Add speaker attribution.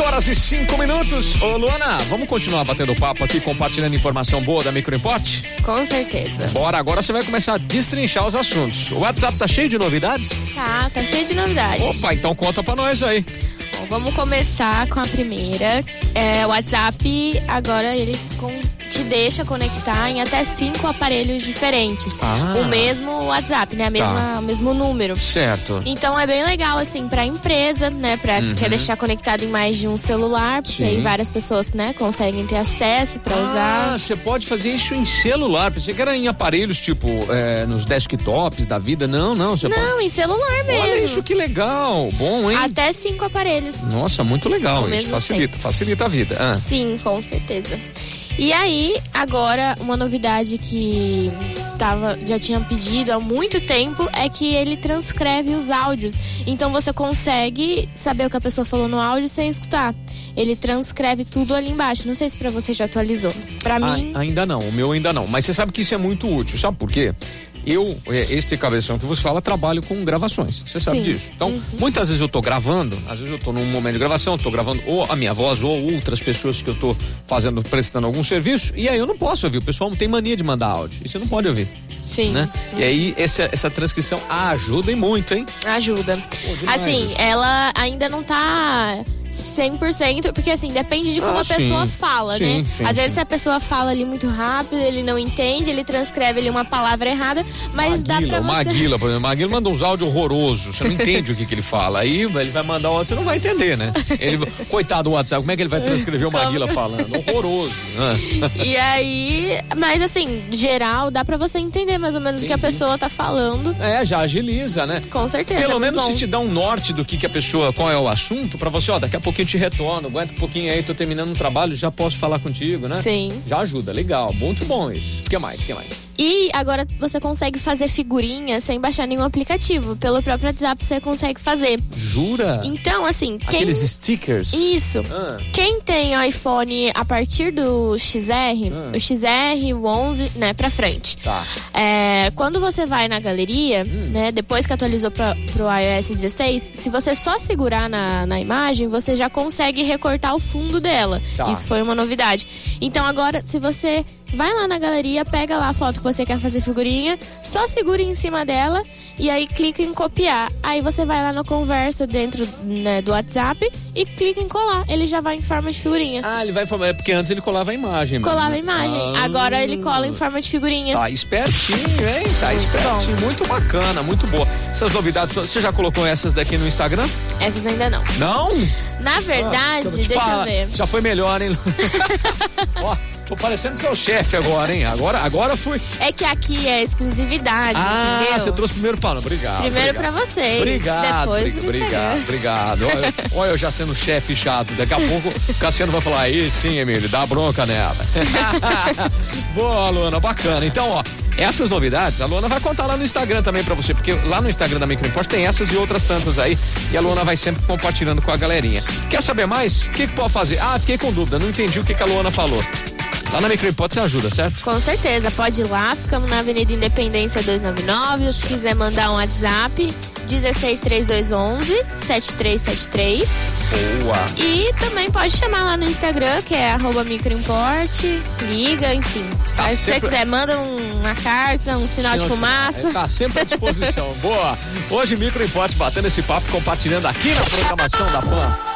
Speaker 1: horas e cinco minutos. Ô, Luana, vamos continuar batendo papo aqui, compartilhando informação boa da Microimport?
Speaker 2: Com certeza.
Speaker 1: Bora, agora você vai começar a destrinchar os assuntos. O WhatsApp tá cheio de novidades?
Speaker 2: Tá, tá cheio de novidades.
Speaker 1: Opa, então conta pra nós aí.
Speaker 2: Bom, vamos começar com a primeira. É, o WhatsApp agora ele com- te deixa conectar em até cinco aparelhos diferentes.
Speaker 1: Ah. Tá.
Speaker 2: O mesmo WhatsApp, né? A mesma, O mesmo número.
Speaker 1: Certo.
Speaker 2: Então é bem legal, assim, pra empresa, né? Pra que quer deixar conectado em mais de um celular, porque
Speaker 1: Uhum. Sim.
Speaker 2: aí várias pessoas, né, conseguem ter acesso pra
Speaker 1: Ah,
Speaker 2: usar.
Speaker 1: você pode fazer isso em celular. Pensei que era em aparelhos, tipo, é, nos desktops da vida. Não, não, você pode.
Speaker 2: Não, em celular mesmo.
Speaker 1: Olha isso que legal. Bom, hein?
Speaker 2: Até cinco aparelhos.
Speaker 1: Nossa, muito legal
Speaker 2: Ao
Speaker 1: isso.
Speaker 2: mesmo
Speaker 1: Facilita, facilita a vida. Ah,
Speaker 2: Sim, com certeza. E aí, agora, uma novidade que tava, já tinha pedido há muito tempo é que ele transcreve os áudios. Então você consegue saber o que a pessoa falou no áudio sem escutar. Ele transcreve tudo ali embaixo. Não sei se pra você já atualizou. Pra mim,
Speaker 1: a- Ah, ainda não, o meu ainda não. Mas você sabe que isso é muito útil. Sabe por quê? Eu, é, este cabeção que vos fala, trabalho com gravações. Você sabe
Speaker 2: Sim. Uhum.
Speaker 1: disso. Então, muitas vezes eu tô gravando, às vezes eu tô num momento de gravação, tô gravando ou a minha voz ou outras pessoas que eu tô fazendo, prestando algum serviço, e aí eu não posso ouvir. O pessoal não tem mania de mandar áudio. E você não pode ouvir.
Speaker 2: sim.
Speaker 1: né? E aí, essa, essa transcrição ajuda e muito, hein?
Speaker 2: Ajuda.
Speaker 1: Pô, demais
Speaker 2: assim,
Speaker 1: isso.
Speaker 2: ela ainda não tá 100%, porque assim, depende de como
Speaker 1: Ah,
Speaker 2: a pessoa
Speaker 1: sim.
Speaker 2: fala,
Speaker 1: Sim,
Speaker 2: né?
Speaker 1: sim,
Speaker 2: Às vezes
Speaker 1: sim.
Speaker 2: se a pessoa fala ali muito rápido, ele não entende, ele transcreve ali uma palavra errada,
Speaker 1: Maguila,
Speaker 2: mas dá pra
Speaker 1: o
Speaker 2: você...
Speaker 1: Maguila, por exemplo. Maguila manda uns áudios horrorosos. Você não entende o que, que ele fala. Aí ele vai mandar outro, você não vai entender, né? Ele, coitado do WhatsApp, como é que ele vai transcrever o
Speaker 2: Como?
Speaker 1: Maguila falando? Horroroso. né?
Speaker 2: E aí, mas assim, geral, dá pra você entender mais ou menos o que a pessoa tá falando,
Speaker 1: É, já agiliza, né?
Speaker 2: com certeza.
Speaker 1: Pelo
Speaker 2: é muito
Speaker 1: menos
Speaker 2: bom.
Speaker 1: se te dá um norte do que, que a pessoa, qual é o assunto, pra você, ó, daqui a pouquinho eu te retorno, aguenta um pouquinho aí, tô terminando um trabalho, já posso falar contigo, né?
Speaker 2: Sim.
Speaker 1: Já ajuda, legal, muito bom isso. O que mais, o que mais?
Speaker 2: E agora você consegue fazer figurinha sem baixar nenhum aplicativo. Pelo próprio WhatsApp você consegue fazer.
Speaker 1: Jura?
Speaker 2: Então, assim, quem.
Speaker 1: Ah. Aqueles stickers?
Speaker 2: Isso.
Speaker 1: Ah.
Speaker 2: Quem tem iPhone a partir do XR,
Speaker 1: Ah.
Speaker 2: o XR, o 11, né, pra frente.
Speaker 1: Tá. Hum.
Speaker 2: É, quando você vai na galeria, né, depois que atualizou pra, pro iOS 16, se você só segurar na, na imagem, você já consegue recortar o fundo dela.
Speaker 1: Tá.
Speaker 2: Isso foi uma novidade. Então agora, se você vai lá na galeria, pega lá a foto que você quer fazer figurinha, só segura em cima dela e aí clica em copiar. Aí você vai lá na conversa dentro né, do WhatsApp e clica em colar. Ele já vai em forma de figurinha.
Speaker 1: Ah, ele vai formar. É porque antes ele colava a imagem. mesmo,
Speaker 2: Colava
Speaker 1: né?
Speaker 2: a imagem.
Speaker 1: Ah.
Speaker 2: Agora ele cola em forma de figurinha.
Speaker 1: Tá espertinho, hein?
Speaker 2: Então.
Speaker 1: Tá espertinho. Muito bacana, muito boa. Essas novidades, você já colocou essas daqui no Instagram?
Speaker 2: Essas ainda não.
Speaker 1: Não?
Speaker 2: Na
Speaker 1: Ah,
Speaker 2: verdade, deixa eu ver.
Speaker 1: Já foi melhor, hein? Ó, tô parecendo seu chefe agora, hein? Agora, agora fui.
Speaker 2: É que aqui é exclusividade,
Speaker 1: Ah,
Speaker 2: entendeu?
Speaker 1: você trouxe primeiro para Obrigado.
Speaker 2: Primeiro
Speaker 1: obrigado.
Speaker 2: pra vocês,
Speaker 1: Obrigado,
Speaker 2: É depois
Speaker 1: obri-
Speaker 2: pro
Speaker 1: obrigado,
Speaker 2: Instagram.
Speaker 1: obrigado. Olha, olha eu já sendo chefe chato. Daqui a pouco o Cassiano vai falar, aí sim, Emílio, dá bronca nela. Boa, Luana, bacana. Então, ó, essas novidades a Luana vai contar lá no Instagram também pra você, porque lá no Instagram da Microimport tem essas e outras tantas aí, e a Luana vai sempre compartilhando com a galerinha. Quer saber mais? O que, que pode fazer? Ah, fiquei com dúvida, não entendi o que, que a Luana falou. Lá na Microimport você ajuda, certo?
Speaker 2: Com certeza, pode ir lá. Ficamos na Avenida Independência 299. Se quiser mandar um WhatsApp, 163211 7373.
Speaker 1: Boa.
Speaker 2: E também pode chamar lá no Instagram, que é arroba microimporte, liga, enfim.
Speaker 1: Tá
Speaker 2: Aí, se você
Speaker 1: sempre-
Speaker 2: quiser, manda um- uma carta, um sinal de fumaça.
Speaker 1: Tá sempre à disposição. Boa. Hoje, Micro Importe batendo esse papo, compartilhando aqui na programação da PAN.